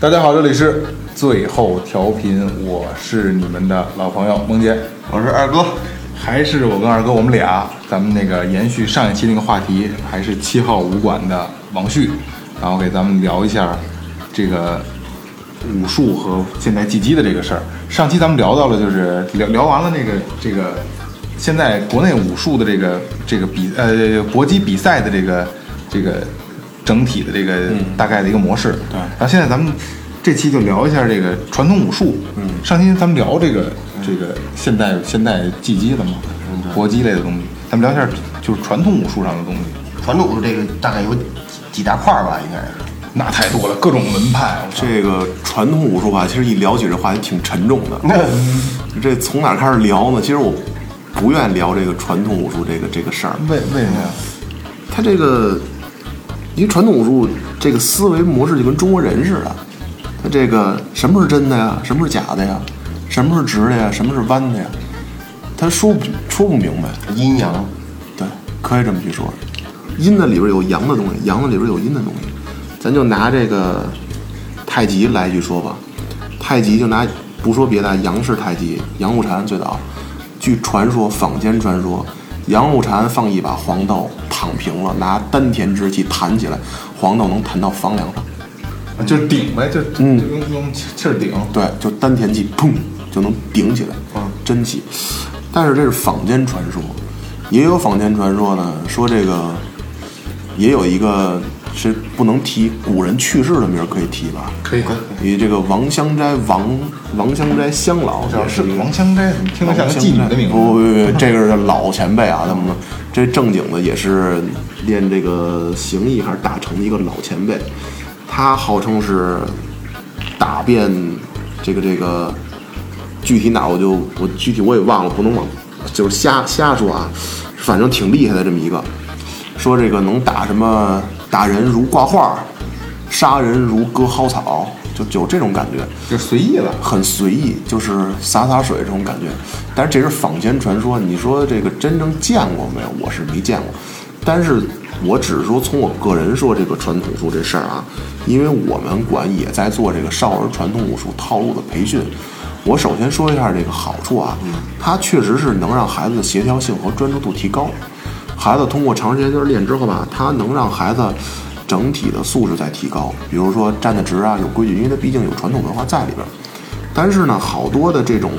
大家好，这里是最后调频，我是你们的老朋友梦姐，我是二哥，还是我跟二哥我们俩，咱们那个延续上一期那个话题，还是七号武馆的王旭，然后给咱们聊一下这个武术和现代技击的这个事儿。上期咱们聊到了，就是聊聊完了那个这个现在国内武术的这个这个比呃搏击比赛的这个这个整体的这个大概的一个模式。对然后现在咱们这期就聊一下这个传统武术。嗯，上期咱们聊这个这个现代现代技击的嘛，搏击类的东西，咱们聊一下就是传统武术上的东西。传统这个大概有几大块儿吧，应该是。那太多了，各种门派。我操这个传统武术吧，其实一聊起这话题挺沉重的。这从哪儿开始聊呢？其实我不愿聊这个传统武术这个这个事儿， 为为什么呀？它这个因为传统武术这个思维模式就跟中国人似的，它这个什么是真的呀？什么是假的呀？什么是直的呀？什么是弯的呀？他说不说不明白。阴阳，对，可以这么去说。阴的里边有阳的东西，阳的里边有阴的东西。咱就拿这个太极来去说吧，太极就拿不说别的，杨氏太极，杨虎禅最早，据传说坊间传说，杨虎禅放一把黄豆躺平了，拿丹田之气弹起来，黄豆能弹到房梁上。啊就是顶呗，就嗯就用用气气儿顶。对，就丹田气，砰就能顶起来，嗯真气。但是这是坊间传说，也有坊间传说呢，说这个也有一个是不能提古人去世的名儿，可以提吧？可以，以这个王香斋王王香斋香老这也是是一个王香斋，怎么听着像个妓女的名不不字？不不，这个是老前辈啊，他们这正经的也是练这个形意还是打成的一个老前辈，他号称是打遍这个这个具体哪我就我具体我也忘了，不能往就是瞎瞎说啊，反正挺厉害的这么一个，说这个能打什么打人如挂画，杀人如割蒿草，就就有这种感觉。就随意了。很随意，就是洒洒水这种感觉。但是这是坊间传说，你说这个真正见过没有？我是没见过，但是我只是说从我个人说这个传统术这事儿啊，因为我们馆也在做这个少儿传统武术套路的培训。我首先说一下这个好处啊，它确实是能让孩子的协调性和专注度提高。孩子通过长时间的练之后吧，他能让孩子整体的素质在提高，比如说站得直啊，有规矩，因为他毕竟有传统文化在里边儿。但是呢，好多的这种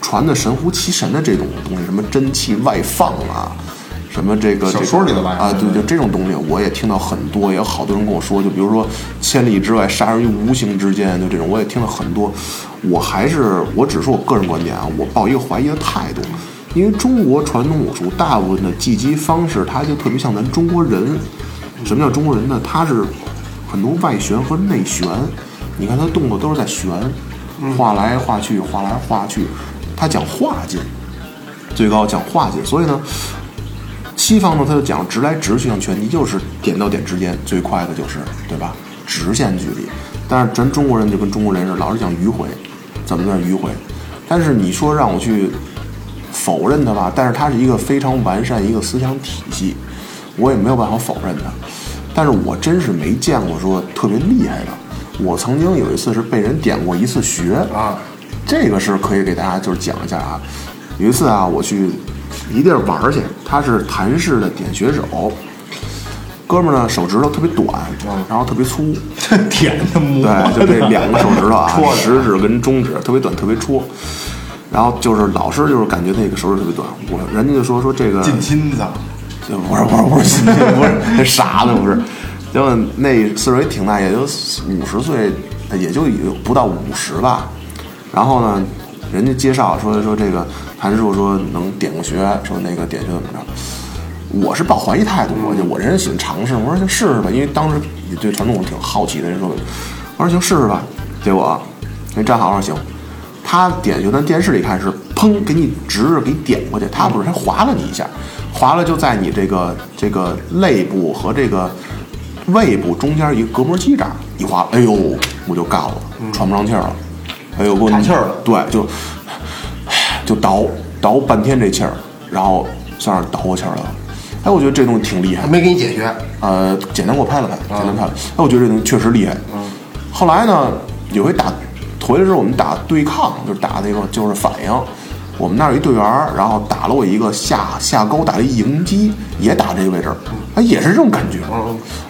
传的神乎其神的这种东西，什么真气外放啊，什么这个小说里的吧啊，对，就这种东西，我也听到很多，也有好多人跟我说，就比如说千里之外杀人于无形之间，就这种，我也听了很多。我还是我只说我个人观点啊，我抱一个怀疑的态度，因为中国传统武术大部分的技击方式，它就特别像咱中国人。什么叫中国人呢？它是很多外旋和内旋，你看他动作都是在旋，画来画去，画来画去，他讲画劲，最高讲画劲，所以呢，西方呢，他就讲直来直去，像拳击就是点到点之间最快的就是，对吧？直线距离。但是咱中国人就跟中国人似的，老是讲迂回，怎么算迂回？但是你说让我去否认它吧，但是它是一个非常完善一个思想体系，我也没有办法否认它。但是我真是没见过说特别厉害的。我曾经有一次是被人点过一次穴啊，这个是可以给大家就是讲一下啊。有一次啊，我去一地儿玩儿去，他是谭氏的点穴手，哥们儿呢手指头特别短，然后特别粗， 舔的摸对，就这 两个手指头啊戳，的食指跟中指特别短，特别戳。然后就是老师就是感觉那个手指特别短，我人家就说说这个进心脏。就不是不是不是不是那傻子不是，结果那岁数也挺大，也就五十岁，也就有不到五十吧。然后呢，人家介绍说说这个谭师傅说能点个穴，说那个点穴怎么着。我是抱怀疑态度，我就我这人喜欢尝试，我说就试试吧，因为当时也对传统武术挺好奇的，人说，我说行试试吧。结果啊人站好了行，他点就咱电视里看是砰给你直着给你点过去，他不是他划了你一下，划了就在你这个这个肋部和这个胃部中间一个隔膜肌这儿一划，哎呦我就尬了，喘不上气儿了，哎呦给我岔气儿了对就。就倒倒半天这气儿，哎然后算是倒过气儿来了。哎，我觉得这东西挺厉害还。没给你解决，啊呃，简单给我拍了拍，简单拍了。哎，我觉得这东西确实厉害。嗯。后来呢，有回打回来之后，我们打对抗，就是打那个就是反应。我们那儿有一队员儿，然后打了我一个下下勾，打了一迎击，也打这个位置，嗯哎，也是这种感觉。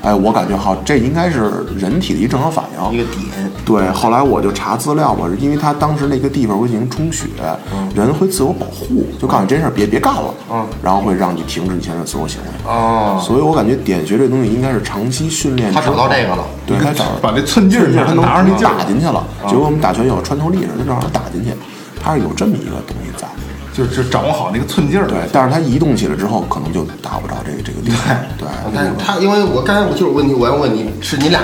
哎，我感觉好，这应该是人体的一正常反应。一个点，对，后来我就查资料嘛，因为他当时那个地方会进行充血，嗯人会自我保护，就告诉你这事儿别别干了，然后会让你停止你现在的所有行为。哦，所以我感觉点穴这东西应该是长期训练之他找后。到这个了，对他找把这寸劲儿他能拿着那劲打儿，啊进去了。结果我们打拳有穿透力似的，他正好打进去，他是有这么一个东西在。就就掌握好那个寸劲儿。对，但是他移动起来之后，可能就打不着这个这个地方。对，但是他因为我刚才我就是问题，我要问你是你俩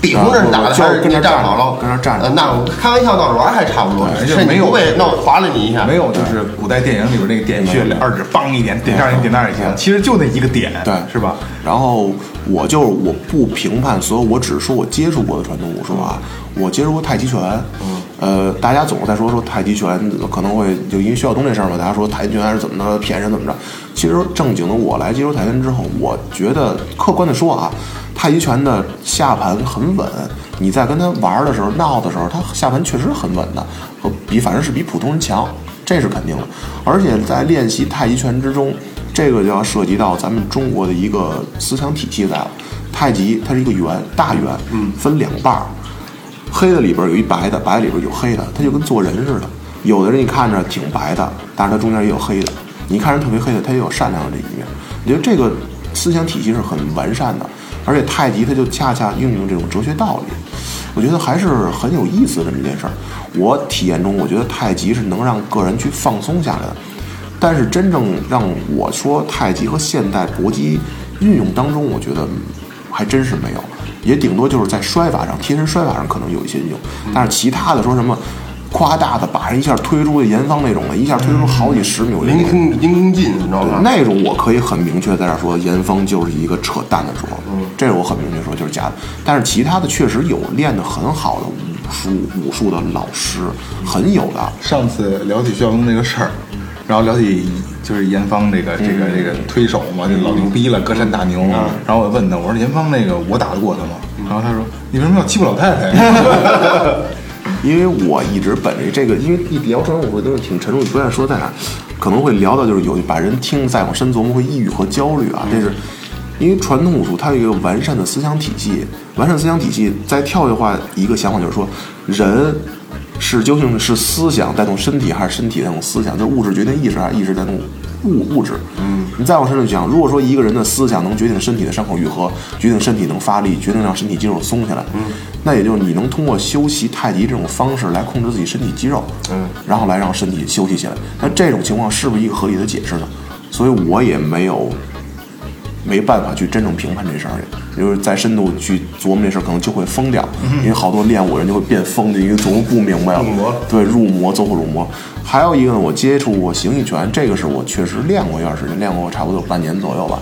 顶着那打的，啊我还是就是跟你那站好了？跟那站着呃那我开玩笑闹着玩儿还差不多，对只就是没你有不被闹划了你一下，没有，就是古代电影里边那个点穴，二指梆一点，点这儿一点那儿一点，其实就那一个点，对是吧？然后我就是我不评判所有，我只说我接触过的传统武术啊，我接触过太极拳。嗯呃，大家总是在说说太极拳可能会就因为徐晓东这事儿嘛，大家说太极拳是怎么着骗人怎么着。其实正经的我来接触太极拳之后，我觉得客观的说啊，太极拳的下盘很稳，你在跟他玩的时候、闹的时候，他下盘确实很稳的，和比反正是比普通人强，这是肯定的。而且在练习太极拳之中，这个就要涉及到咱们中国的一个思想体系在了。太极它是一个圆，大圆，嗯，分两半儿，黑的里边有一白的，白的里边有黑的，它就跟做人似的。有的人你看着挺白的，但是它中间也有黑的；你看人特别黑的，他也有善良的这一面。我觉得这个思想体系是很完善的，而且太极它就恰恰运用这种哲学道理，我觉得还是很有意思的这么一件事儿。我体验中，我觉得太极是能让个人去放松下来的。但是真正让我说太极和现代搏击运用当中，我觉得嗯还真是没有，也顶多就是在摔法上、贴身摔法上可能有一些运用，但是其他的说什么夸大的把人一下推出去严方那种的，一下推出好几十米，我觉得凌空凌空进，你知道吗？那种我可以很明确在这儿说，严峰就是一个扯淡的主儿，这是我很明确说就是假的。但是其他的确实有练得很好的武术武术的老师，很有的。上次聊起徐晓东这个事儿，然后聊起就是严芳这个这个这个推手嘛，就老牛逼了，隔山打牛。然后我问他，我说严芳那个我打得过他吗？然后他说你为什么要欺负老太太呀？因为我一直本着这个，因为一聊传统武术都是挺沉重，不愿意说在哪儿，可能会聊到就是有把人听再往深琢磨会抑郁和焦虑啊，这是因为传统武术它有一个完善的思想体系，完善思想体系再跳跃化一个想法就是说，人是究竟是思想带动身体还是身体带动思想，就是物质决定意识还是意识带动物物质，嗯，你再往深里讲，如果说一个人的思想能决定身体的伤口愈合，决定身体能发力，决定让身体肌肉松下来，嗯，那也就是你能通过修习太极这种方式来控制自己身体肌肉，嗯，然后来让身体休息起来。那这种情况是不是一个合理的解释呢？所以我也没有没办法去真正评判这事儿，就是再深度去琢磨这事儿，可能就会疯掉，因为好多练武人就会变疯的，因为琢磨不明白了，对，嗯入魔，走火入魔。还有一个呢，我接触过形意拳，这个是我确实练过一段时间，练过差不多有半年左右吧。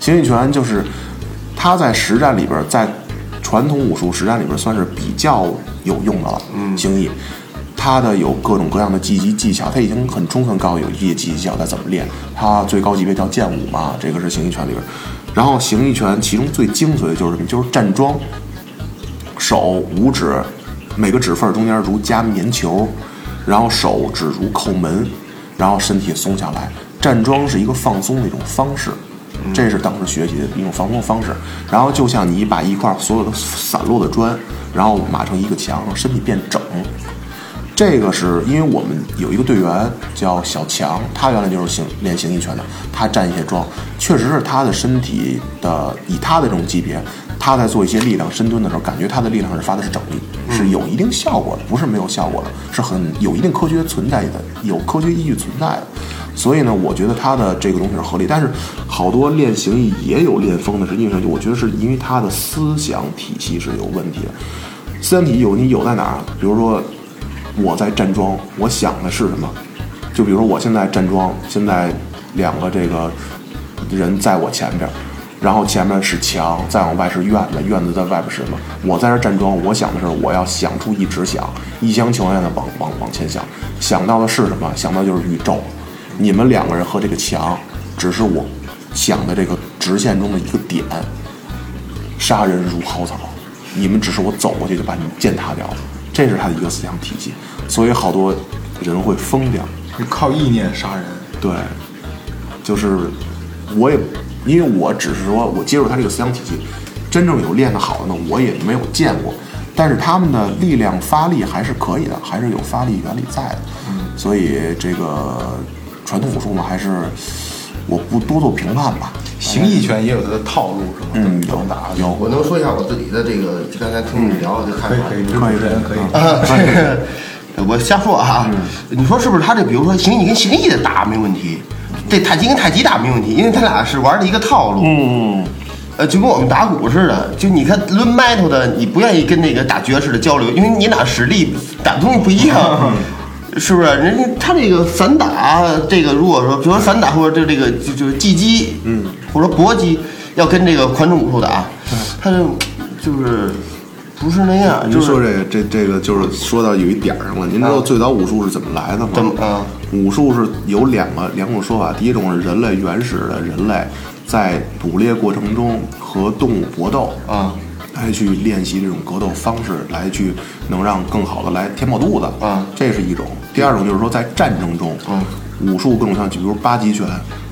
形意拳就是它在实战里边儿，在传统武术实战里边儿算是比较有用的了。嗯，形意，它的有各种各样的技击技巧，它已经很充分告诉有业技技巧它怎么练。它最高级别叫剑舞嘛，这个是形意拳里边儿。然后形意拳其中最精髓的就是什么？就是站桩，手、五指，每个指缝中间如加棉球，然后手指如扣门，然后身体松下来。站桩是一个放松的一种方式，这是当时学习的一种放松方式。然后就像你把一块所有的散落的砖，然后码成一个墙，身体变整。这个是因为我们有一个队员叫小强，他原来就是行练形意拳的，他站一些桩，确实是他的身体的，以他的这种级别，他在做一些力量深蹲的时候，感觉他的力量是发的是整力，是有一定效果的，不是没有效果的，是很有一定科学存在的，有科学依据存在的。所以呢，我觉得他的这个东西是合理，但是好多练形意也有练风的，实际上就我觉得是因为他的思想体系是有问题的。思想体系有你有在哪儿？比如说我在站桩，我想的是什么？就比如说我现在站桩，现在两个这个人在我前边儿，然后前面是墙，再往外是院子，院子在外边是什么？我在这站桩，我想的是我要想出一直想，一厢情愿的往往往前想，想到的是什么？想到就是宇宙，你们两个人和这个墙，只是我想的这个直线中的一个点。杀人如蒿草，你们只是我走过去就把你们践踏掉了，这是他的一个思想体系，所以好多人会疯掉。是靠意念杀人，对，就是我也因为我只是说我接触他这个思想体系，真正有练得好的呢，我也没有见过。但是他们的力量发力还是可以的，还是有发力原理在的。所以这个传统武术嘛，还是我不多做评判吧。形意拳也有它的套路，是吗？嗯，怎有么打的？有我能说一下我自己的这个，刚才听你聊这看可以法。可以，可以主持人可以。啊，这个 我瞎说啊，嗯你说是不是他这，比如说形意跟形意的打没问题，这太极跟太极打没问题，因为他俩是玩的一个套路。嗯，呃，就跟我们打鼓似的，就你看抡麦头的，你不愿意跟那个打爵士的交流，因为你俩实力打的东西不一嗯样，是不是？人家他这个散打，这个如果说，比如说散打或者这这个就就是技击，嗯，或者说搏击，要跟这个传统武术打，啊嗯他就就是不是那样，啊就您是啊说这个这这个就是说到有一点儿上了。您知道最早武术是怎么来的吗？怎么啊？武术是有两个两种说法，第一种是人类原始的人类在捕猎过程中和动物搏斗啊，来去练习这种格斗方式，来去能让更好的来填饱肚子啊，这是一种。第二种就是说在战争中，嗯武术各种像，比如八极拳、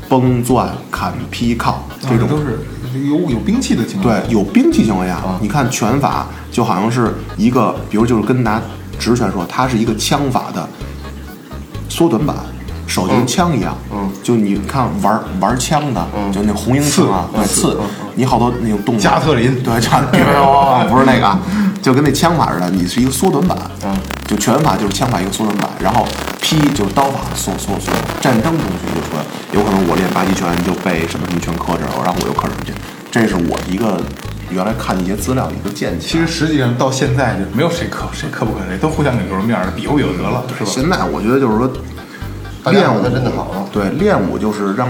崩、钻、砍、劈、靠这种啊都是有有兵器的情况啊对，，有兵器情况下，你看拳法就好像是一个，比如就是跟拿直拳说，它是一个枪法的缩短版，手就跟枪一样。嗯，就你看玩玩枪的，嗯就那红缨枪啊，对刺，你好多那种动作。加特林对，加 特林不是那个啊，就跟那枪法似的，你是一个缩短版。嗯，就拳法就是枪法一个缩短版，然后劈就是刀法缩缩缩。战争中学就说，有可能我练八极拳就被什么什么拳克制了，然后我又克制这，这是我一个原来看一些资料的一个见解。其实实际上到现在就没有谁克谁克不克谁，都互相给留着面儿，比划比划得了，是吧？现在我觉得就是说，大家练好武像真的好啊了对，练武就是让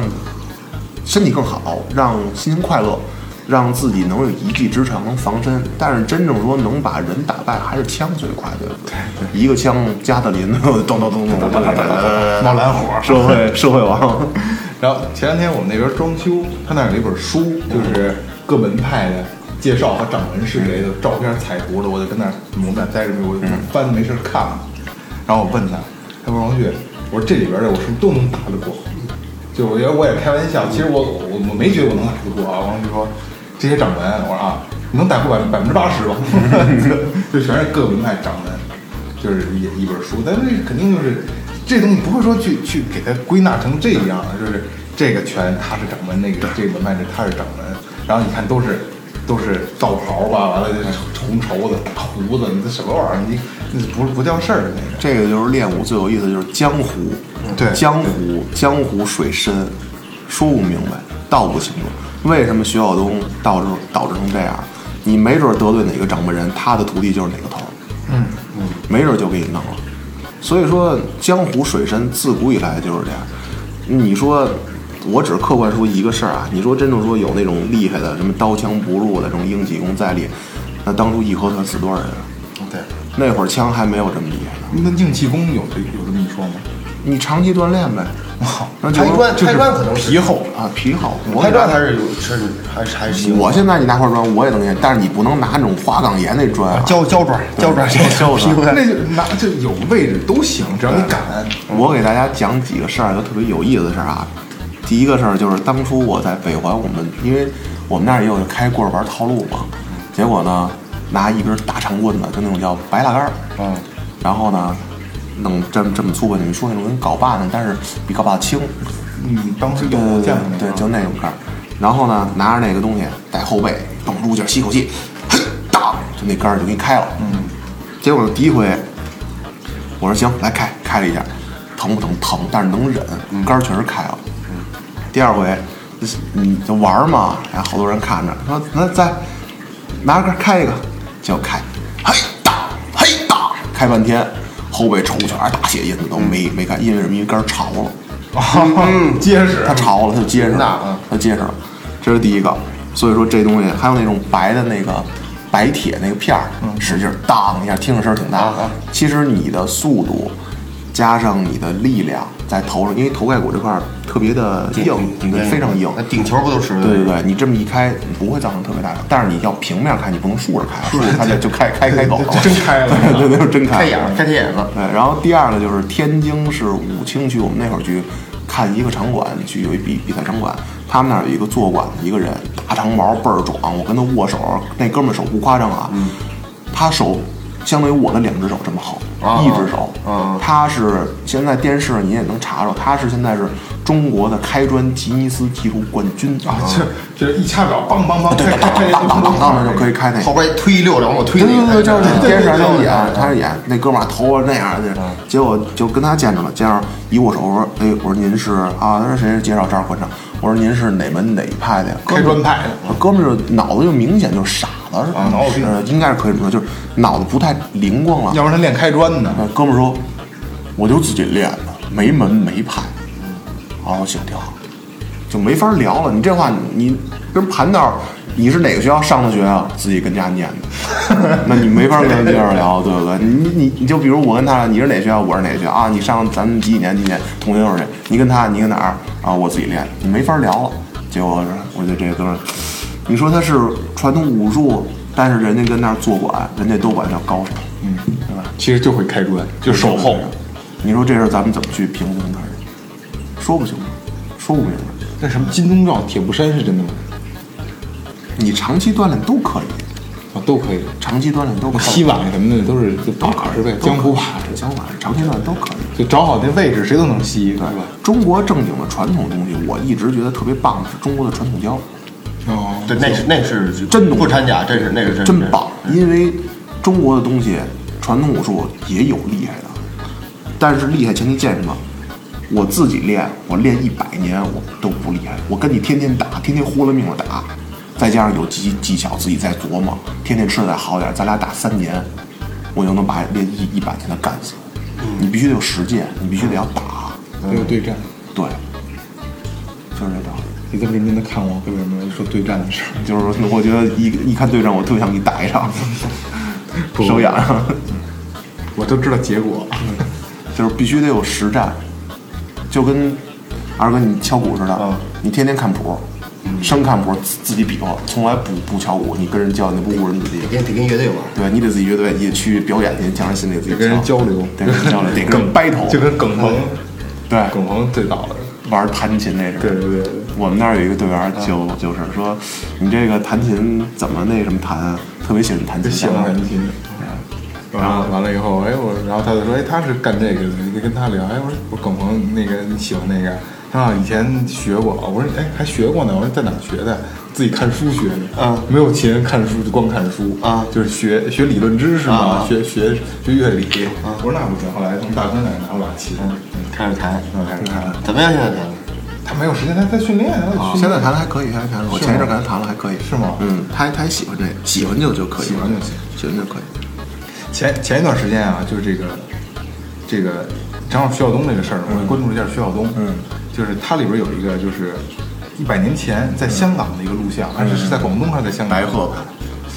身体更好，让心情快乐，让自己能有一技之长，能防身。但是真正说能把人打败，还是枪最快，对不对？一个枪，加特林，咚咚咚 咚，冒蓝火，社会社会王。然后前两天我们那边装修，他那儿有一本书，就是各门派的介绍和掌门是谁的照片彩图的，我就跟那儿猛在待着，我就翻着没事儿看嘛。然后我问他，他说王旭，我说这里边的我是不是都能打得过？就我觉得我也开玩笑，其实我我我没觉得我能打得过啊。王旭说这些掌门，我说啊，你能打过百百分之八十吧？ 就全是各门派掌门，就是一一本书，但是这肯定就是这东西不会说去去给它归纳成这样，就是这个拳他是掌门，那个这个门派是他是掌门，然后你看都是都是道袍吧，完了就是红绸子、大胡子，你这什么玩意儿？你那不不叫事儿那个。这个就是练武最有意思，就是江湖，对江湖，江湖水深，说不明白，道不清楚。为什么徐晓东导致导致成这样？你没准得罪哪个掌门人，他的徒弟就是哪个头，嗯，没准就给你弄了。所以说，江湖水深，自古以来就是这样。你说，我只客观说一个事儿啊，你说真正说有那种厉害的，什么刀枪不入的，这种硬气功再厉害，那当初义和团死多少人啊？对。那会儿枪还没有这么厉害呢。那硬气功有这有这么一说吗？你长期锻炼呗。哦那就哦开关就是开关可能是皮厚，啊，皮好。我开给关大还家是有是还是还是行。我现在你拿块砖我也能练，但是你不能拿那种花岗岩那砖啊。胶胶砖胶砖胶胶砖那就拿就有位置都行，只嗯要你敢。我给大家讲几个事儿，就特别有意思的事儿啊。第一个事儿就是当初我在北环，我们因为我们那儿也有开棍儿玩套路嘛，结果呢拿一根大长棍子，就那种叫白蜡杆儿，嗯，然后呢弄这么这么粗吧，你们说那种跟镐把呢，但是比镐把轻，嗯你当时有对见过对对那对，嗯个就那种杆儿。然后呢，拿着那个东西在后背绷住劲儿，吸口气，嘿，当，就那杆儿就给你开了。嗯。结果第一回，我说行，来开，开了一下，疼不疼？疼，但是能忍，杆儿确实开了。第二回，你就玩儿嘛，然后好多人看着说，那再拿着杆儿开一个，就开，嘿当，嘿当，开半天，后背抽全是大血印子，都没没开，因为什么？因为杆儿潮了。嗯，结实它潮了，它就结实那嗯了，它结实了，这是第一个。所以说这东西还有那种白的那个白嗯铁那个片儿，使劲儿当一下，听着声儿挺大。其实你的速度加上你的力量在头上，因为头盖骨这块儿特别的哎顶硬，顶对，尖非常硬。那顶球不都是？对对对，你这么一开不会造成特别大的，但是你要平面开，你不能竖着开，竖着开 就就开开开狗了，真开了对对，对真开开了眼 了，开开眼了。对，然后第二个就是天津市武清区，我们那会儿去看一个场馆，去有一比比赛场馆，他们那儿有一个坐馆，一个人大长毛倍儿壮，我跟他握手，那哥们儿手不夸张啊，他手相当于我的两只手这么厚，啊一只手，啊他是现在电视你也能查着，他是现在是中国的开砖吉尼斯纪录冠军啊，这这一掐表，梆梆梆，嗯对，开当开当开，当当当当就可以开那个后。边一推一溜溜，我推对那个，对对，就是对对电视上对那嗯对演，他是演那哥们儿头发那样的，结果就跟他见着了，见着一握手我说，哎，我说您是啊，他说谁是介绍这儿馆长，我说您是哪门哪派的呀？开哥们专儿派的啊哥们儿就脑子就明显就是傻了，是吧啊脑有病是应该是可以这么说，就是脑子不太灵光了。要不然他练开砖呢。那呃哥们儿说，我就自己练的，没门没派。啊，我行，挺好，就没法聊了。你这话你，你跟人盘道儿，你是哪个学校上的学啊？自己跟家念的， 那你没法跟人接着聊，对不对？你你你就比如我跟他，你是哪学校，我是哪学校啊？你上咱们几几年几年同学都是谁？你跟他，你跟哪儿啊？我自己练，你没法聊了。结果我就这个哥们儿，你说他是传统武术，但是人家跟那儿坐馆，人家都管叫高手。嗯，对吧？其实就会开砖，就手厚。嗯你说这事儿咱们怎么去评论它？说不清楚，说不明白。那什么金钟罩、铁布衫是真的吗？你长期锻炼都可以，啊，都可以。长期锻炼都可以。洗碗什么的都是就都都可是以呗，江湖怕这江湖吧，长期锻炼都可以。就找好那位置，谁都能吸，对对吧？中国正经的传统东西，我一直觉得特别棒的是中国的传统教育，哦，对，那是那是真的不掺假，真是那是真真棒。因为中国的东西，传统武术也有厉害的，但是厉害前提见什么？我自己练，我练一百年我都不厉害，我跟你天天打，天天豁了命的打，再加上有技技巧自己在琢磨，天天吃的再好点，咱俩打三年，我就能把练一一百年的干死。嗯你必须得有实践，你必须得要打，嗯没有对战。对，就是这道理。你这么认真的看我，为什么说对战的事儿？就是我觉得一一看对战，我特别想给你打一场， 手 痒痒，我都知道结果。就是必须得有实战，就跟二哥你敲鼓似的，嗯你天天看谱，嗯生看谱自自己比划，从来不不敲鼓，你跟人教你不误人子弟。得跟得跟乐队玩。对，你得自己乐队，你得去表演去，强人心里自己得跟人敲交流得跟人交 流，得跟人梗 battle，就跟耿鹏，哎对耿鹏最早的，玩弹琴那是。对嗯对对对，我们那儿有一个队员就就是说，你这个弹琴怎么那什么弹啊？特别喜欢弹就琴，喜欢弹琴。嗯嗯然后完了以后，哎，我然后他就说，哎，他是干这个的，你就跟他聊，哎，我说我耿鹏那个你喜欢那个，他说以前学过，我说哎还学过呢，我说在哪儿学的？自己看书学的，啊嗯没有琴看书就光看书啊就是学学理论知识嘛，啊学学学乐理。啊我说那不行，后来从大哥那儿拿过把琴，开始弹，嗯，开始弹。怎么样？现在弹？他没有时间，他在训练，他在训啊现练在弹的还可以，还弹。我前一阵儿跟他弹了，还可以。是吗嗯，他还他还喜欢这个，喜欢就就可以，喜欢就行，喜欢就可以。前前一段时间啊，就是这个这个正好徐晓东这个事儿，我关注了一下徐晓东，嗯，就是它里边有一个就是一百年前在香港的一个录像，还是是在广东还是在香港？白鹤吧，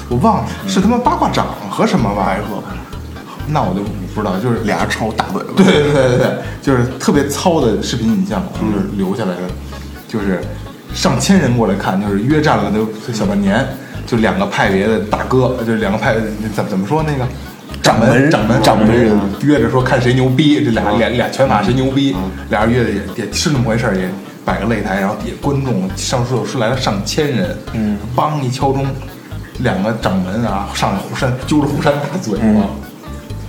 我忘了是他妈八卦掌和什么吧？嗯白鹤，那我就不知道，就是俩人抽大嘴巴。对对对对对，就是特别糙的视频影像，就是留下来的，就是上千人过来看，就是约战了都小半年，就两个派别的大哥，就是两个派怎么怎么说那个。掌门掌门掌门人约着说看谁牛逼，这俩俩俩拳法谁牛逼，俩人约着也也是那么回事儿，也摆个擂台，然后底下观众上次是来了上千人，嗯，梆一敲钟，两个掌门啊上来虎山揪着虎山大嘴巴，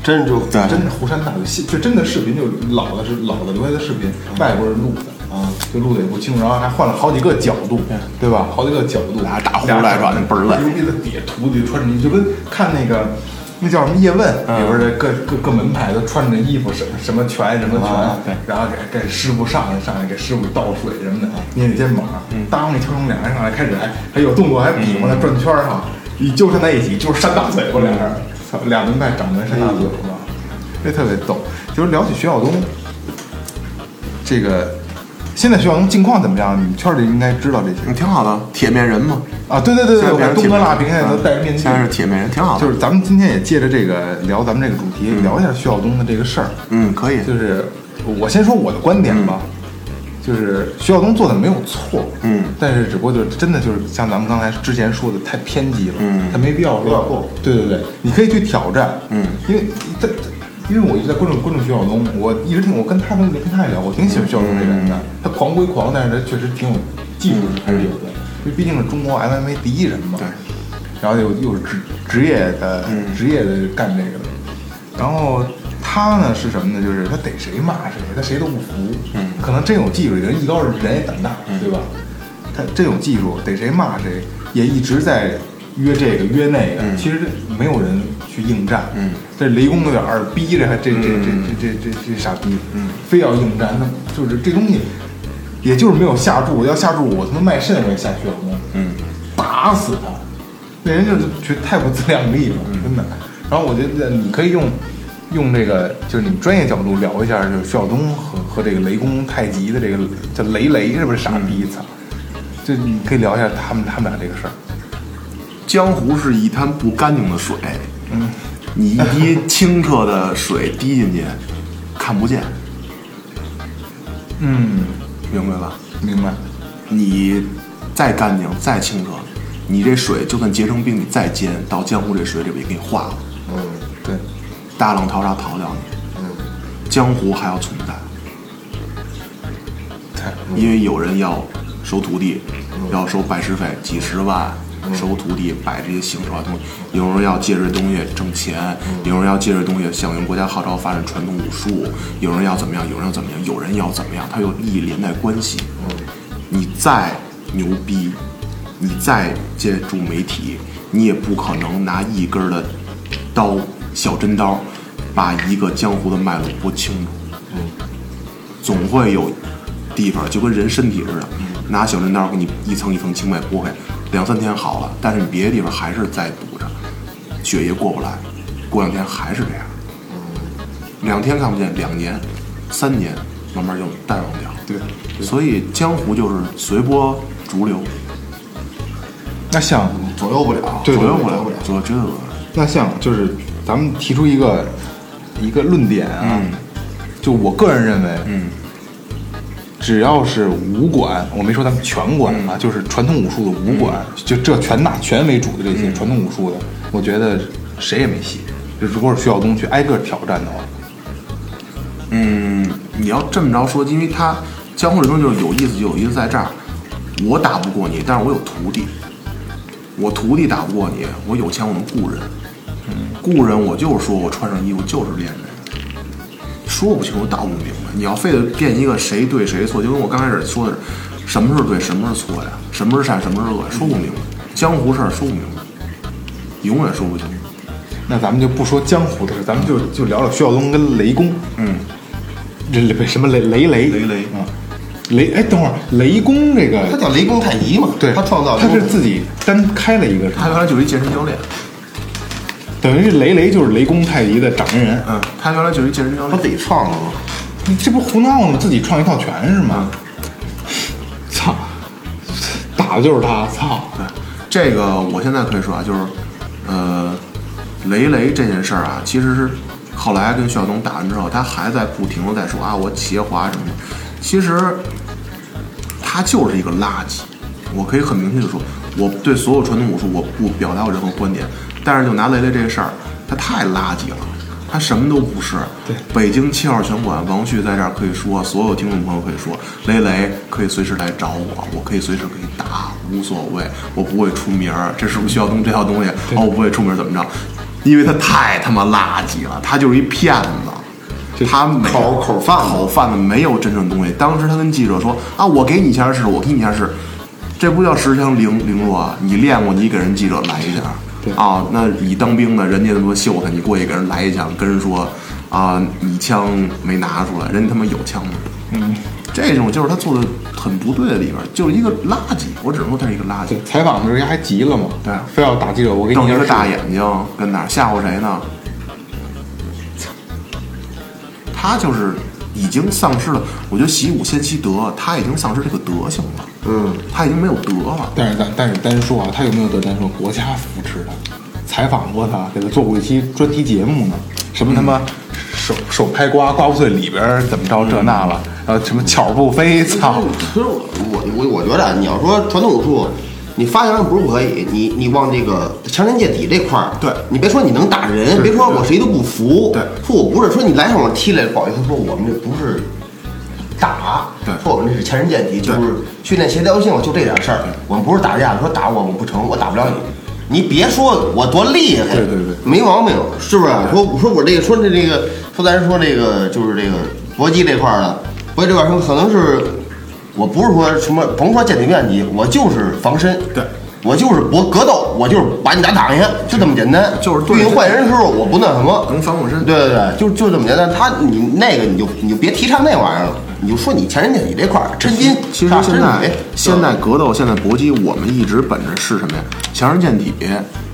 真就对真的湖山大就戏，就真的视频，就老的是老的留下的视频，外国人录的啊，就录的也不清楚，然后还换了好几个角度，对吧？好几个角度，俩大呼赖喘的倍儿累牛逼的底下徒弟穿着，就跟看那个那叫什么叶问嗯里边的各各各门派都穿着衣服，什什么拳什么啊对拳，然后给给师傅上来上来给师傅倒水什么的，嗯捏捏肩膀，当一敲钟俩人上来开始还还有动作还比划呢转圈儿哈，一嗯纠缠在一起就是扇大嘴巴俩人，操俩门派掌门扇大嘴巴，这特别逗。就是聊起徐晓东，这个现在学长近况怎么样？你们圈里应该知道这些嗯，挺好的，铁面人嘛。啊。对对对对，现在我变看成东铁哥面辣人评现在都嗯戴着面具，现在是铁面人，挺好的。就是咱们今天也借着这个聊咱们这个主题，聊一下徐晓东的这个事儿。嗯，可以。就是我先说我的观点吧，就是徐晓东做的没有错，嗯，但是只不过就是真的就是像咱们刚才之前说的太偏激了，嗯他没必要有点过，对对对，你可以去挑战，嗯，因为他。因为我一直在关注关注徐晓东，我一直听我跟他跟林泰聊，我挺喜欢徐晓东这个人嗯的。他狂归狂，但是他确实挺有技术还是有的，因为毕竟是中国 MMA 第一人嘛。对然后又又是职职业的、职业的干这个的，然后他呢是什么呢？就是他逮谁骂谁，他谁都不服。嗯，可能真有技术，人艺高人也胆大，对吧？他真有技术，逮谁骂谁，也一直在约这个约那个。其实没有人去应战。嗯，这雷公有点二逼，这还这这这这这这这傻逼，嗯，非要应战，那就是这东西。也就是没有下注，要下注我他妈卖肾我也下血红，嗯，打死他，那人就是觉得太不自量力了，真的。然后我觉得你可以用用这个，就是你们专业角度聊一下，就是徐晓东和和这个雷公太极的这个叫雷雷是不是傻逼？操、就你可以聊一下他们他们俩这个事儿。江湖是一滩不干净的水，嗯，你一滴清澈的水滴进去，看不见，嗯，明白吧？明白。你再干净再清澈，你这水就算结成冰，你再煎到江湖这水里边也给你化了，嗯，对，大浪淘沙淘不了你，嗯，江湖还要存在，太嗯因为有人要收徒弟，要收拜师费几十万。收徒弟摆这些形式化的东西，有人要借这东西挣钱，有人要借这东西响应国家号召发展传统武术，有人要怎么样，有人要怎么样，有人要怎么样，它有利益连带关系。你再牛逼，你再借助媒体，你也不可能拿一根儿的刀小针刀把一个江湖的脉络拨清楚。总会有地方，就跟人身体似的，拿小针刀给你一层一层清脉拨开，两三天好了，但是你别的地方还是在堵着，血液过不来，过两天还是这样，两天看不见，两年、三年，慢慢就淡忘掉。对。所以江湖就是随波逐流，那像左右不了，对左右对不左右了不了，。左右绝对左右不了。那像就是咱们提出一个一个论点啊，嗯就我个人认为，嗯，只要是武馆，我没说咱们拳馆嗯啊，就是传统武术的武馆，就这拳打拳为主的这些嗯传统武术的，我觉得谁也没戏。就如果是徐晓东去挨个挑战的话，嗯，你要这么着说，因为他江湖里边就是有意思，就有意思在这儿，我打不过你，但是我有徒弟，我徒弟打不过你，我有钱我能雇人，雇人我就是说我穿上衣服就是练这个，说不清楚道不明白，你要非得变一个谁对谁错，就跟我刚开始说的是，什么是对，什么是错呀，什么是善，什么是恶，说不明白，江湖事儿说不明白，永远说不清楚。那咱们就不说江湖的事，咱们就就聊聊徐晓东跟雷公，嗯，这雷什么雷雷雷雷雷啊，雷哎，等会儿雷公这个他叫雷公太极嘛，对他创造他雷是公自己单开了一个，他原来就是一健身教练，等于是雷雷就是雷公太极的掌门人，嗯，他原来就是一健身教他练自。己创的嘛。你这不胡闹吗？自己创一套拳是吗？操，打的就是他，操！对，这个我现在可以说啊，就是，呃，雷雷这件事儿啊，其实是后来跟徐晓东打完之后，他还在不停的在说啊，我企业化什么的。其实他就是一个垃圾，我可以很明确的说，我对所有传统武术我不表达我任何观点，但是就拿雷雷这个事儿，他太垃圾了。他什么都不是。对，北京七号拳馆，王旭在这儿可以说，所有听众朋友可以说，雷雷可以随时来找我，我可以随时可以打，无所谓，我不会出名儿。这是不是徐晓东这套东西？哦，我不会出名儿怎么着？因为他太他妈垃圾了，他就是一骗子。他没口口贩子口贩子没有真正东西。当时他跟记者说啊，我给你一下试，我给你一下试，这不叫十强零零落啊！你练过，你给人记者来一下啊。那你当兵的，人家他妈秀才，你过去给人来一枪，跟人说啊，你枪没拿出来，人家他妈有枪吗？嗯，这种就是他做的很不对的地方，就是一个垃圾。我只能说他是一个垃圾对，。采访的时候人家还急了嘛，对啊非要打记者，我给你一瞪一下个试大眼睛跟哪儿吓唬谁呢？他就是已经丧失了。我觉得习武先习德，他已经丧失这个德性了。嗯，他已经没有德了。但是但但是单说啊，他有没有得单说？国家扶持的，采访过他，给他做过一期专题节目呢。什么他妈手手拍瓜瓜不碎里边儿怎么着这那了，然后什么巧不飞，操！其实我我我我觉得啊，你要说传统武术，你发扬不是不可以，你你往这个强身健体这块儿，对你别说你能打人，别说我谁都不服，对说我不是说你来上我踢来，不好意思说我们这不是打，对说我们这是强身健体，就对是训练协调性，就这点事儿，我们不是打架，说打我我不成，我打不了你。你别说我多厉害，对对对没毛病，是不是？说说我这个说这这个说咱说这个就是这个搏击这块儿的，搏击这块儿可能是我不是说什么，甭说健体面积，我就是防身，对，我就是搏格斗，我就是把你打躺下，就这么简单。就是对对应坏人的时候，我不那什么，能防我身对对对，就就这么简单。他你那个你就你就别提倡那玩意儿了，你就说你前人家你这块儿真金，其实杀现真在哎理现在格斗，现在搏击，我们一直本着是什么呀？强身健体，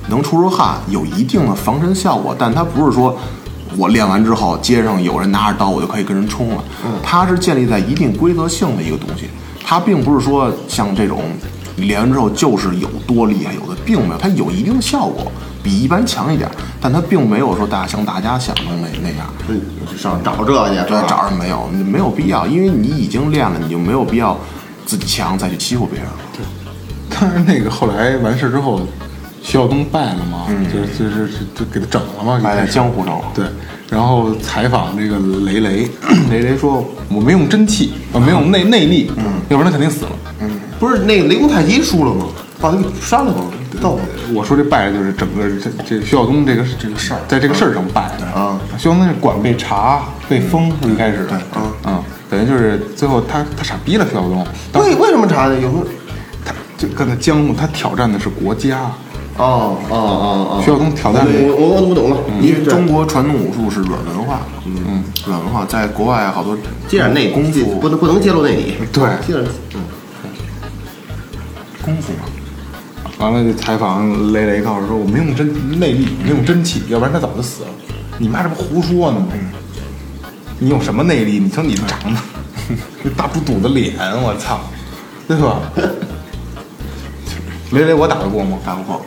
能出出汗，有一定的防身效果，但它不是说我练完之后街上有人拿着刀我就可以跟人冲了，它是建立在一定规则性的一个东西，它并不是说像这种你练完之后就是有多厉害，有的并没有，它有一定的效果，比一般强一点，但它并没有说大家像大家想的那那样。对我就上找这去，对是吧，找人没有，没有必要，因为你已经练了，你就没有必要自己强再去欺负别人了。但是那个后来完事之后，徐晓东败了嘛，就是就是就给他整了嘛，哎给他江湖上了对，然后采访这个雷雷， 雷雷说我没用真气，我没用内内力，要不然他肯定死了。不是那个雷公太极输了吗？把他给杀了吗？到吗？我说这败就是整个这这徐晓东这个这个事儿，在这个事儿上败的啊。徐晓东是管被查被封一开始，啊啊，等于就是最后他他傻逼了徐晓东，当为为什么查的？有时候他就跟他江湖他挑战的是国家，哦哦哦哦，徐晓东挑战的我我我我懂了，因为中国传统武术是软文化，嗯，软文化在国外好多接点内功夫不能不能揭露内里。对接点功夫嘛，完了就采访雷雷告诉说我没用真内力，没用真气，要不然他早就死了。你妈这不胡说呢吗？你有什么内力？你瞧你长得， 那大猪肚子脸，我操，对吧？雷雷我打得过吗？打不过，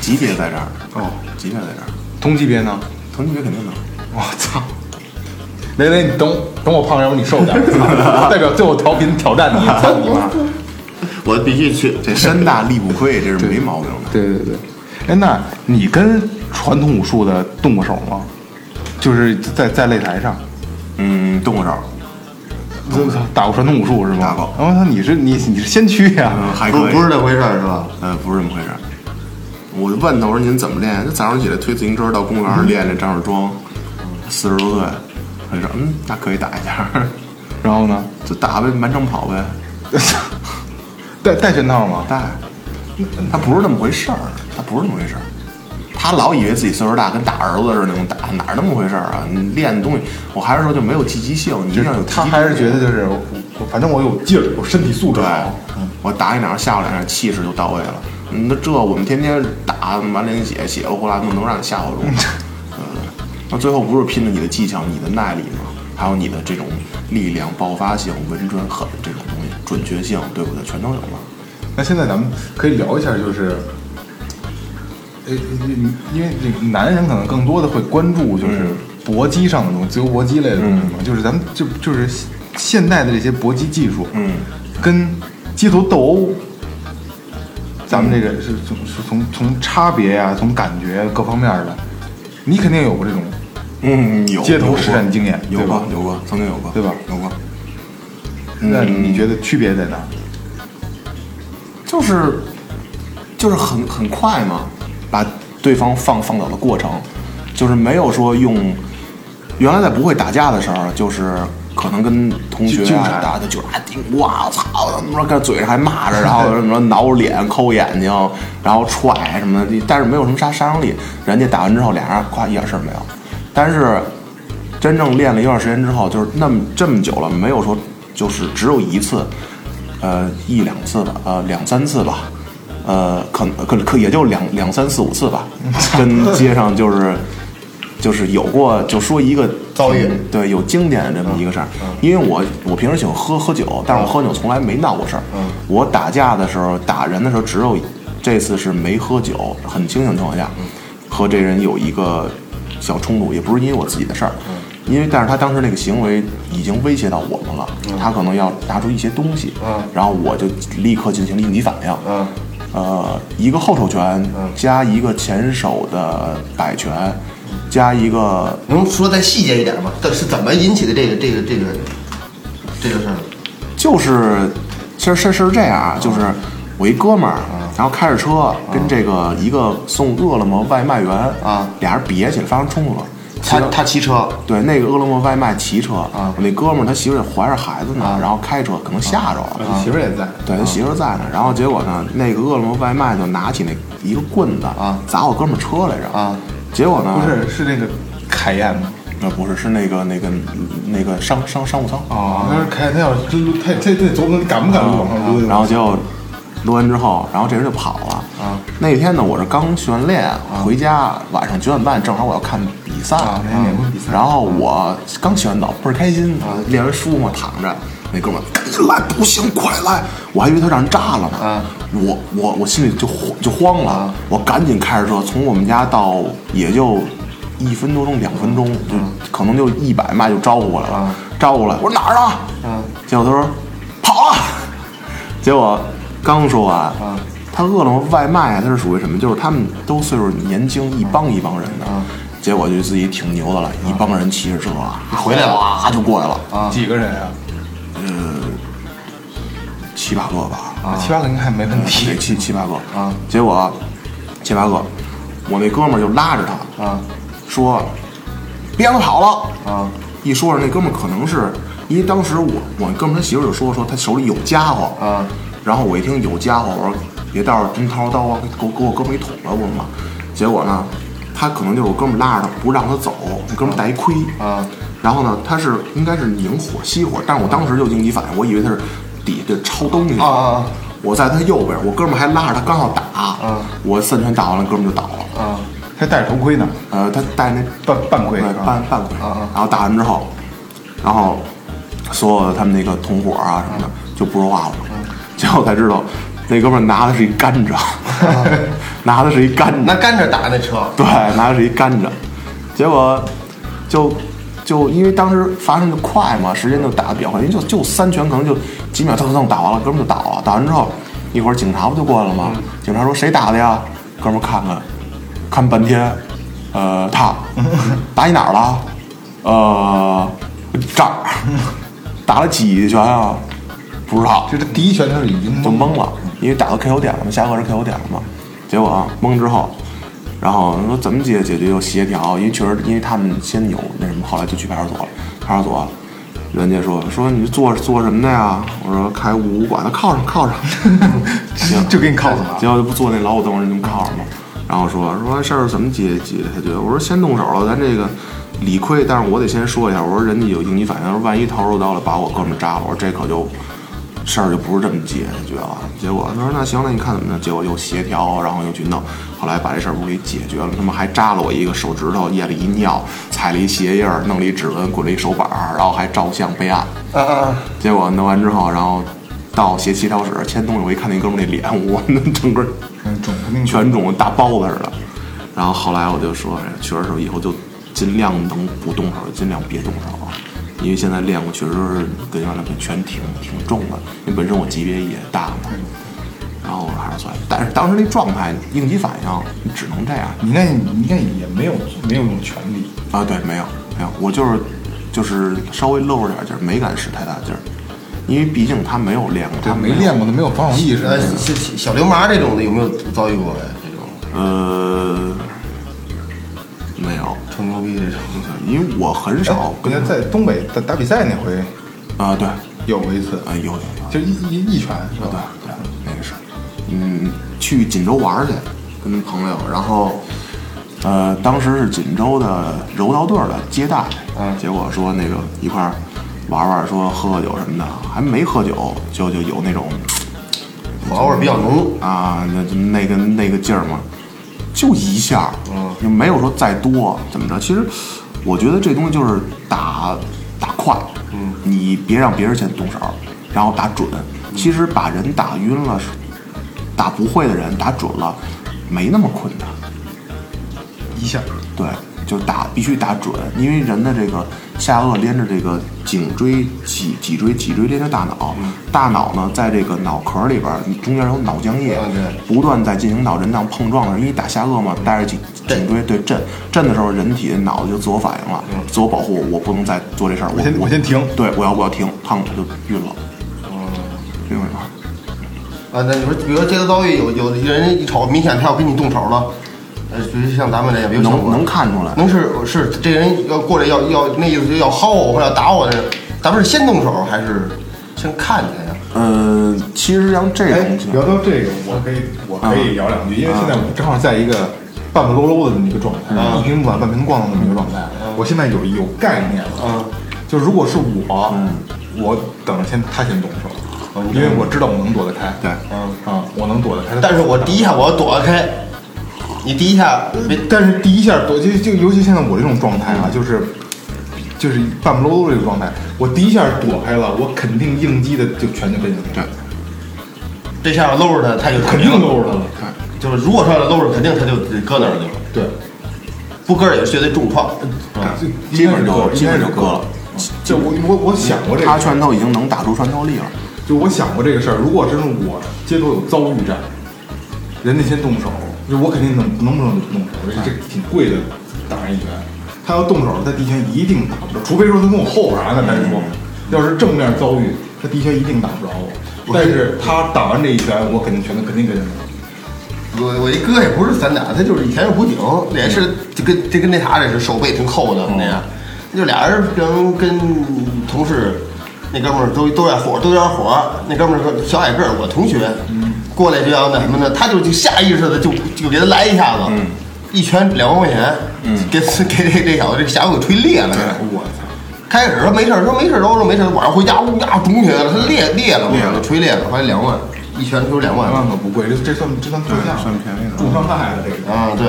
级别在这儿，哦，级别在这儿，同级别呢？同级别肯定能。我操！雷雷，你等等我胖点，要不你瘦点，操 代表最后调频挑战你，操你妈！我必须去。这山大力不亏，这是没毛病的。对对对，哎，那你跟传统武术的动过手吗？就是在在擂台上。嗯，动过手，打过传统武术是吗？打过然后他你是你你是先驱呀、嗯，还不可以，不是，这回事儿是吧？呃，不是这么回事儿。我就问他，我说您怎么练？就早上起来推自行车到公园嗯儿练这张世庄，四十多岁，他就说嗯，那可以打一下，然后 呢，就打呗，满场跑呗，戴戴拳套吗？带。他不是那么回事儿，他不是那么回事儿。他老以为自己岁数大，跟打儿子似的那种打，哪儿那么回事儿啊？你练的东西，我还是说就没有积极性，你一定要有积极他还是觉得就是我我反正我有劲儿，我身体素质对好。，我打你两下，吓唬两下，气势就到位了。那这我们天天打满脸血，血了呼啦，能能让你吓唬 住吗？嗯，那最后不是拼了你的技巧、你的耐力吗？还有你的这种力量、爆发性、稳准狠这种东西，准确性，对不对？全都有了。那现在咱们可以聊一下，就是，呃，你因为这男人可能更多的会关注就是搏击上的东西，自由搏击类的东西嘛，就是咱们就就是现代的这些搏击技术，嗯，跟街头斗殴。咱们这个是从是从从差别呀、从感觉各方面的，你肯定有过这种嗯，有街头实战经验有对吧过，有过，曾经有过，对吧有过。那你觉得区别在哪？就是就是很很快嘛，把对方放放倒的过程，就是没有说用原来在不会打架的时候，就是可能跟同学纠啊缠打的就是啊，顶我操，怎么着，跟嘴上还骂着，然后什么挠脸、抠眼睛，然后踹什么的，但是没有什么杀杀伤力。人家打完之后，俩人夸一点事儿没有，但是真正练了一段时间之后，就是那么这么久了，没有说就是只有一次，呃，一两次吧，呃，两三次吧，呃，可可可也就两两三四五次吧，跟街上就是就是有过，就说一个遭遇。嗯对，有经典的这么一个事儿。因为我我平时喜欢喝喝酒，但是我喝酒从来没闹过事儿。嗯我打架的时候打人的时候，只有这次是没喝酒，很清醒的情况下，嗯和这人有一个小冲突，也不是因为我自己的事儿。嗯因为，但是他当时那个行为已经威胁到我们了，嗯他可能要拿出一些东西，然后我就立刻进行了应急反应，嗯呃，一个后手拳嗯加一个前手的摆拳，加一个能说再细节一点吗？这是怎么引起的这个这个这个这个事儿？就是，其实是是这样嗯啊，就是我一哥们儿，然后开着车跟这个一个送饿了么外卖员嗯啊，俩人别起来发生冲突了。他骑到他骑车，对那个饿了么外卖骑车嗯啊，我那哥们儿他媳妇儿也怀着孩子呢，然后开车可能吓着了，嗯啊媳妇儿也在，对他媳妇儿在呢，然后结果呢，那个饿了么外卖就拿起那一个棍子啊砸我哥们儿车来着啊，结果呢嗯不是是那个凯宴吗？呃不是是那个那个那个商商商务舱啊，那是凯宴，他要这他这这走，你敢不啊敢往上抡？然后结果录完之后，然后这人就跑了。啊，那天呢，我是刚训完练回家，晚上九点半正好我要看比赛，啊那天哪回比赛然后我刚洗完澡，倍儿开心，练完书嘛，躺着。那哥们儿赶紧来，不行，快来！我还以为他让人炸了呢。啊我我我心里就慌就慌了，我赶紧开着车从我们家到也就一分多钟两分钟，就可能就一百迈就招呼过来了，招呼过来，我说哪儿啊？结果他说跑了，啊结果刚说完，啊他饿了么外卖啊，他是属于什么？就是他们都岁数年轻，一帮一帮人的。啊结果就自己挺牛的了，一帮人骑着车啊，回来了哇就过来了，几个人啊？七八个吧，七八个应该还没问题啊对，。七七八个啊。结果七八个，我那哥们儿就拉着他啊，说别让他跑了啊。一说着那哥们儿可能是因为当时我我哥们儿他媳妇儿就说说他手里有家伙啊，然后我一听有家伙，我说别到时候真掏出刀啊，给我给我哥们儿一捅了，我嘛。结果呢，他可能就是我哥们儿拉着他不让他走，我哥们儿戴一盔啊。然后呢，他是应该是拧火熄火，但是我当时就应急反应，我以为他是底下抄东西啊啊啊我在他右边，我哥们儿还拉着他，刚要打，嗯我三拳打完了，哥们儿就倒了。啊，还戴着头盔呢，呃，他戴那半半盔对，啊嗯半半盔，然后打完之后，然后所有的他们那个同伙啊什么的嗯就不说话了，结果才知道那哥们儿拿的是一甘 蔗，拿的是一甘拿蔗，甘蔗打那车，对，拿的是一甘蔗，结果就。就因为当时发生的快嘛，时间就打的比较快，因为就就三拳可能就几秒，蹭蹭打完了，哥们儿就倒了。打完之后，一会儿警察不就过来了吗？警察说谁打的呀？哥们儿看看，看半天，呃，他打你哪儿了？呃，这儿 打了几拳啊？不知道，就这第一拳他是已经就懵了，因为打到 KO 点了嘛，下课是 KO 点了嘛。结果啊，懵之后，然后说怎么解解决又协调，因为确实因为他们先有那什么，后来就去派出所了。派出所，人家说说你做做什么的呀？我说开武馆的，靠上靠上。 就就给你铐死了。哎结果就不坐那老虎凳，人就靠上了。然后说说事儿怎么解解决？我说先动手了，咱这个理亏，但是我得先说一下，我说人家有应急反应，万一掏出刀来把我哥们儿扎了，我说这可就事儿就不是这么解决了。结果他说那行，那你看怎么弄？结果又协调，然后又去弄，后来把这事儿不给解决了，他们还扎了我一个手指头，咽了一尿，踩了一鞋印儿，弄了一指纹，滚了一手板儿，然后还照相备案。啊啊啊！结果弄完之后，然后呃到协协调室签东西，我一看那哥们儿那脸，我那整个嗯，肿肯定全肿跟大包子似的。然后后来我就说，哎确实是以后就尽量能不动手，尽量别动手，因为现在练过确实是跟原来比拳挺挺重的，因为本身我级别也大嘛。然后还是算了，但是当时那状态应急反应，你只能这啊样你应该你应该也没有没有用权利，啊。对，没有没有，我就是就是稍微露着点劲儿，没敢使太大劲儿，因为毕竟他没有练过，对，他没有练过的没有防守意识，哎呃，小小小流氓这种的有没有遭遇过呀？这种呃，没有，吹牛逼这种，因为我很少我跟觉得哎在东北打打比赛那回啊、对，啊、有过一次，有有有，就一一一拳是对吧？对，啊那个是，嗯，去锦州玩儿去，跟朋友，然后，呃，当时是锦州的柔道队儿的接待，嗯，结果说那个一块儿玩玩，说喝喝酒什么的，还没喝酒就就有那种火药味比较浓。啊，那就那个那个劲儿嘛，就一下，嗯，就没有说再多怎么着。其实我觉得这东西就是打打快，嗯，你别让别人先动手，然后打准。其实把人打晕了，是打不会的人打准了，没那么困难。一下，对，就打必须打准，因为人的这个下颚连着这个颈椎、脊脊椎、脊椎连着大脑，嗯大脑呢在这个脑壳里边儿，你中间有脑浆液啊，对不断在进行脑震荡碰撞的时候，因为打下颚嘛，带着颈颈椎对震震的时候，人体的脑子就自我反应了，自我保护，我不能再做这事儿，我嗯我先我先停哦对，我要我要停，砰我就晕了，明白吗？啊，那你说，比如说这个遭遇有有人一瞅，明显他要跟你动手了，呃，比如像咱们这样，有能小伙能看出来，能是是这人要过来要要那意思就要薅我或者要打我的，咱们是先动手还是先看见呀？呃，其实像这哎种情，聊况，到这个，我可以我可以聊两句，因为现在我正好在一个半不搂搂的这么一个状态，一瓶暖半瓶逛的这么一个状态。我现在有有概念嗯了，就如果是我，我等着先他先动手，因为我知道我能躲得开。对嗯啊，我能躲得开。嗯但是我第一下我要躲开，你第一下别但是第一下躲就就尤其现在我这种状态啊，就是就是半不搂搂这个状态，我第一下躲开了，我肯定应激的就全就跟进去对了，，这下搂着他，他就肯定搂着他了。就是如果说要搂着，肯定他就得搁那儿了，就对，不搁着也是绝对重创。嗯就啊基本应该是就够基应该本就是够够了。就我我我想过这他个事儿，拳头已经能打出穿透力了。就我想过这个事儿。如果真是我接触有遭遇战，人家先动手，就我肯定能能不能动手，这这挺贵的打人一拳。他要动手，他第一拳一定打不着，除非说他跟我后边儿啊那再说。要是正面遭遇，他第一拳一定打不着我。但是他打完这一拳，我肯定拳头肯定跟着他。我我一哥也不是散打，他就是以前是武警，也嗯是就跟就跟那啥似的，手背挺扣的那样。就俩人跟跟同事那哥们儿都都点火，都有点火。那哥们儿说小矮个儿，我同学，嗯过来就要那什么呢？他就就下意识的就就给他来一下子，嗯一拳两万块钱，给给这这小子这峡谷给推裂了。哎嗯我操！开始说没事儿，说没事儿，都说没事儿，晚上回家呜呀肿起来了，他裂裂了嘛，裂了啊锤裂了，后来两万，一拳推两万两万可不贵，这这算这算重对伤，哎算便宜的重伤害了这个。啊，对，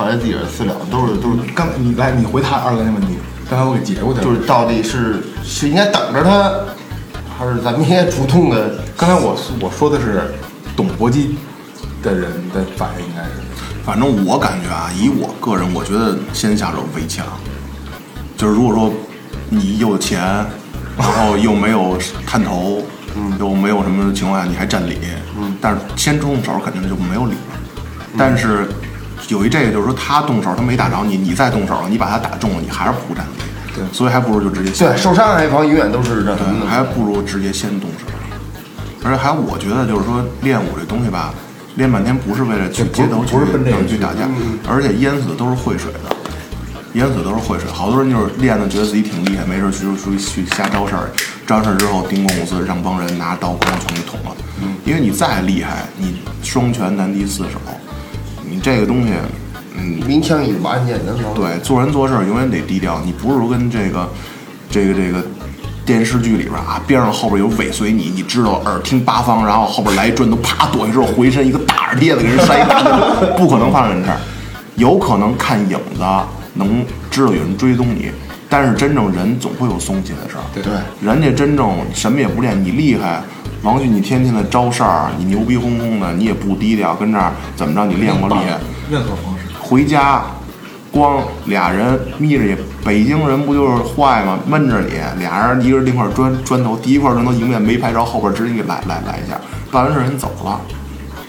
后来自己人私了，都是都是刚才你来，你回答二哥那问题，刚才我给截过去了。就是到底是是应该等着他，还是咱们应该主动的？刚才我说我说的是懂搏击的人的反应，应该是反正我感觉啊，以我个人，我觉得先下手为强。就是如果说你有钱，然后又没有探头，又没有什么情况下，你还占理，但是先动手肯定就没有理了。但是有一这个，就是说他动手，他没打着你，你再动手，你把他打中了，你还是不占理。对所以还不如就直接下手对，受伤害一方永远都是那什么对，的，还不如直接先动手。而且还，我觉得就是说，练武这东西吧，练半天不是为了去对不街头不去是奔这个嗯去去打架，而且淹死的都是会水的，淹死的都是会水。好多人就是练的，觉得自己挺厉害，没事儿去去去瞎招事儿，招事儿之后丁公公私，让帮人拿刀咣全给捅了。嗯因为你再厉害，你双拳难敌四手，你这个东西，嗯，明枪易把暗箭难防。对，做人做事儿永远得低调，你不是说跟这个这个这个电视剧里边啊，边上后边有尾随你，你知道耳听八方，然后后边来一砖头，啪躲下之后回身一个大耳贴子给人扇一大嘴，不可能发生这事儿。 有可能看影子能知道有人追踪你，但是真正人总会有松懈的事儿。对对人家真正什么也不练，你厉害，王旭，你天天的招事儿，你牛逼哄哄的，你也不低调，跟这儿怎么着？你练过厉害，任何方式。回家，光俩人眯着也，北京人不就是坏吗？闷着你，俩人一人拎块砖砖头，第一块砖头迎面没拍着，后边直接给来来来一下，办完事儿人走了，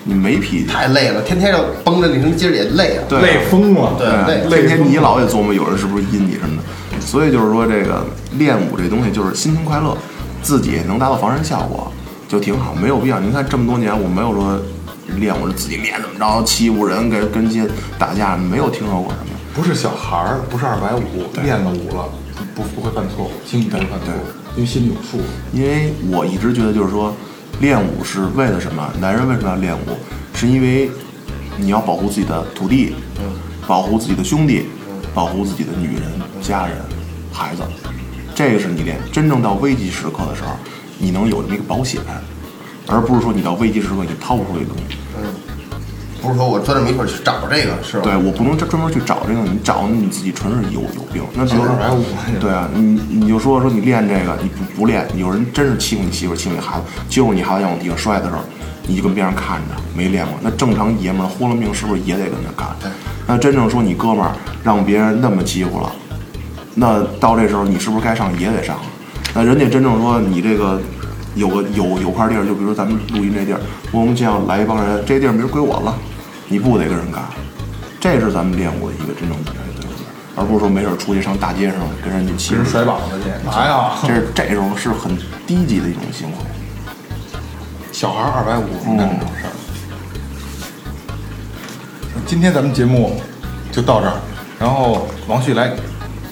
你没脾气。太累了，天天要绷着你，今儿也 累啊。对啊累疯了，对累天天你疯了老也琢磨有人是不是阴你什么的，所以就是说这个练武这东西就是心情快乐，自己能达到防身效果就挺好，没有必要。您看这么多年我没有说练我是自己练怎么着欺负人跟跟街打架，没有听说过什么。不是小孩儿，不是二百五，练了武了，不不会犯错误，心里不会犯错误，因为心里有数。因为我一直觉得，就是说，练武是为了什么？男人为什么要练武？是因为你要保护自己的土地，保护自己的兄弟，保护自己的女人、家人、孩子。这个是你练真正到危急时刻的时候，你能有这么一个保险，而不是说你到危急时刻你掏不出这东西。不是说我钻着没腿去找这个，是吧？对，我不能专专门去找这个，你找你自己纯是有有病。那比如说找点儿无关，对啊，你你就说说你练这个，你不不练，有人真是欺负你媳妇儿，欺负你孩子，就是你孩子往地上摔的时候，你就跟边上看着，没练过。那正常爷们儿豁了命是不是也得跟着干？那真正说你哥们儿让别人那么欺负了，那到这时候你是不是该上也得上了？那人家真正说你这个有个有有块地儿，就比如咱们录音这地儿，我们想来一帮人，这地儿明儿归我了，你不得跟人干？这是咱们练武的一个真正的对不对？而不是说没事儿出去上大街上跟人家其欺实负甩膀子去，嘛哎呀？这是这种是很低级的一种行为。小孩二百五干这种事儿。今天咱们节目就到这儿，然后王旭来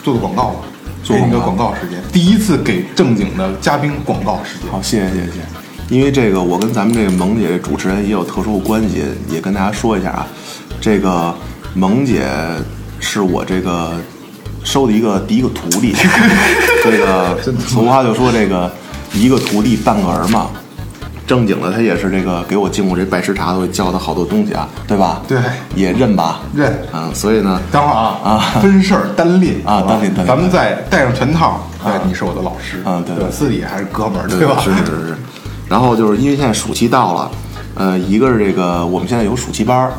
做个广告吧，做给你个广广告时间，第一次给正经的嘉宾广告时间。好，谢谢谢谢谢谢。因为这个，我跟咱们这个萌姐这主持人也有特殊的关系，也跟大家说一下啊。这个萌姐是我这个收的一个第一个徒 弟，这个俗话就说这个一个徒弟半个儿嘛。正经的他也是这个给我经过这拜师茶，都教他好多东西啊，对吧？对也认吧。认嗯，所以呢，等会儿啊啊分事儿单练啊好吧单练单练咱们再戴上拳套，哎，你是我的老师啊对对私底下还是哥们儿，对吧？是是是是。然后就是因为现在暑期到了，呃，一个是这个我们现在有暑期班儿，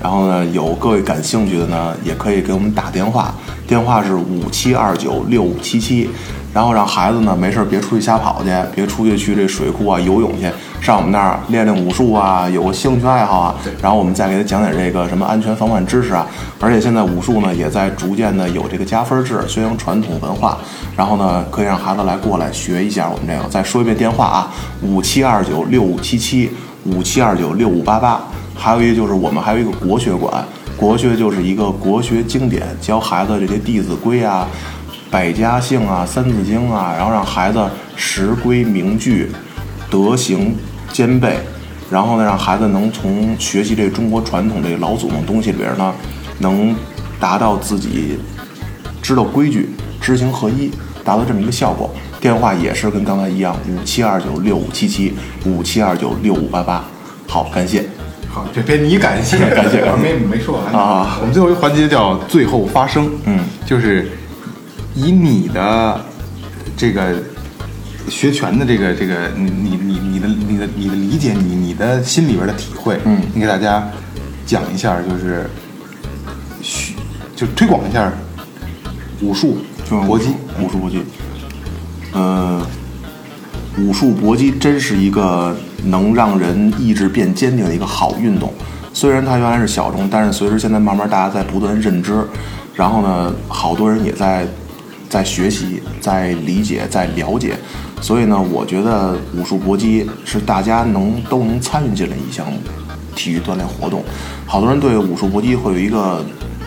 然后呢，有各位感兴趣的呢，也可以给我们打电话，电话是五七二九六五七七。然后让孩子呢没事儿别出去瞎跑去，别出去去这水库啊游泳去，上我们那儿练练武术啊，有个兴趣爱好啊，然后我们再给他讲点这个什么安全防范知识啊。而且现在武术呢也在逐渐的有这个加分制，宣扬传统文化。然后呢，可以让孩子来过来学一下我们这个。再说一遍电话啊，五七二九六五七七，五七二九六五八八。还有一个就是我们还有一个国学馆，国学就是一个国学经典，教孩子这些《弟子规》啊。百家姓啊、三字经啊，然后让孩子识规明句，德行兼备，然后呢，让孩子能从学习这中国传统这老祖宗东西里边呢，能达到自己知道规矩，知行合一，达到这么一个效果。电话也是跟刚才一样，五七二九六五七七，五七二九六五八八。好，感谢。好，这别你感 谢感谢我没没说完啊我们最后一环节叫最后发声，嗯，就是以你的这个学拳的这个这个你你你你的你的你的理解，你你的心里边的体会，嗯你给大家讲一下，就是嘘就推广一下武术就是搏击，武术搏击，呃，武术搏击真是一个能让人意志变坚定的一个好运动。虽然它原来是小众，但是随着现在慢慢大家在不断认知，然后呢，好多人也在在学习、在理解、在了解。所以呢，我觉得武术搏击是大家能都能参与进来一项体育锻炼活动。好多人对武术搏击会有一个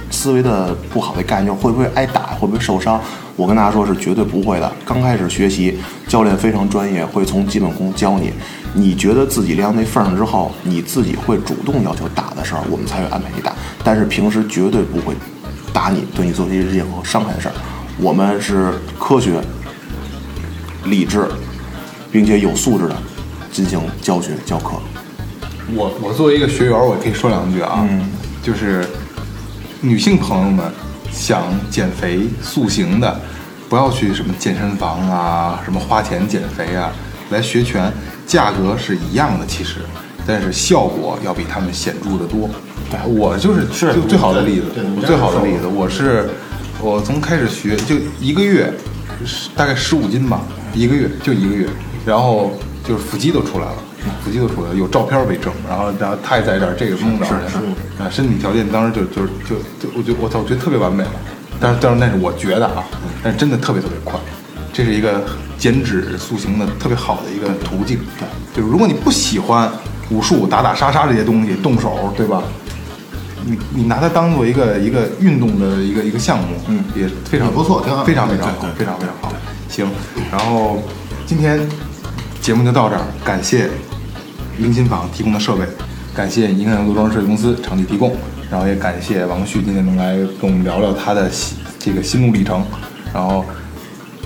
思维的不好的概念，就是会不会挨打，会不会受伤？我跟大家说是绝对不会的。刚开始学习，教练非常专业，会从基本功教你。你觉得自己练到那份儿上之后，你自己会主动要求打的时候，我们才会安排你打。但是平时绝对不会打你，对你做出任何伤害的事儿。我们是科学、理智，并且有素质的进行教学教课。我我作为一个学员，我可以说两句啊，就是女性朋友们想减肥塑形的，不要去什么健身房啊，什么花钱减肥啊，来学拳，价格是一样的，其实，但是效果要比他们显著的多。我就是是最最好的例子对对，我最好的例子，我是我从开始学就一个月，十大概十五斤吧，一个月就一个月，然后就是腹肌都出来了，腹肌都出来了，有照片为证，然后然后他也在这儿，这个碰着是啊，身体条件当时就就就就我就我操，我觉得特别完美了，但是但是那是我觉得啊，但是真的特别特别快。这是一个减脂塑形的特别好的一个途径，对，就是如果你不喜欢武术打打杀杀这些东西，动手，对吧？你你拿它当做一个一个运动的一个一个项目，嗯，也非常也不错挺好非常非常好对，对非常非常好。行，然后今天节目就到这儿，感谢迎新坊提供的设备，感谢银汉服装设计公司场地提供，然后也感谢王旭今天能来跟我们聊聊他的心这个心路历程，然后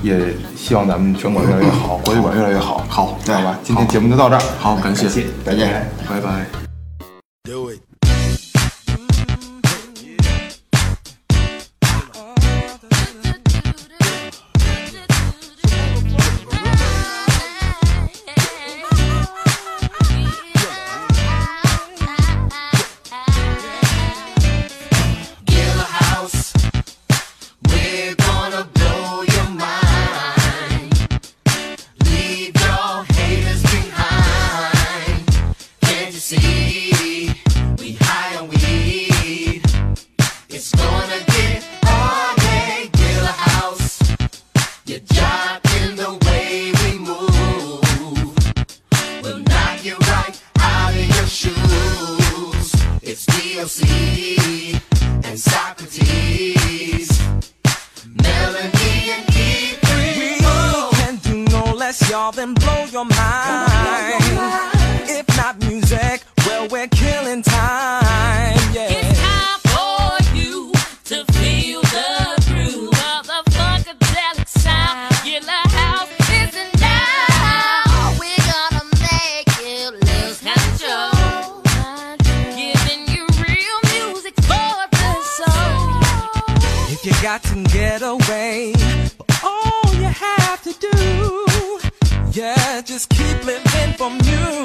也希望咱们拳馆越来越好，国际馆越来越好。好好吧，今天节目就到这儿，好，感谢，再见。拜拜。 Do it. you right out of your shoes. It's DLC and Socrates, Melanie and E3. Oh. can do no less, y'all, than blow your mind. If not music, well, we're killing time. Yeah. It's time for you to feel the groove of the funkadelic sound. Killer house is in now. We're gonna make you lose control. Giving you real music for the soul. If you got to get away, all you have to do, yeah, just keep living from you.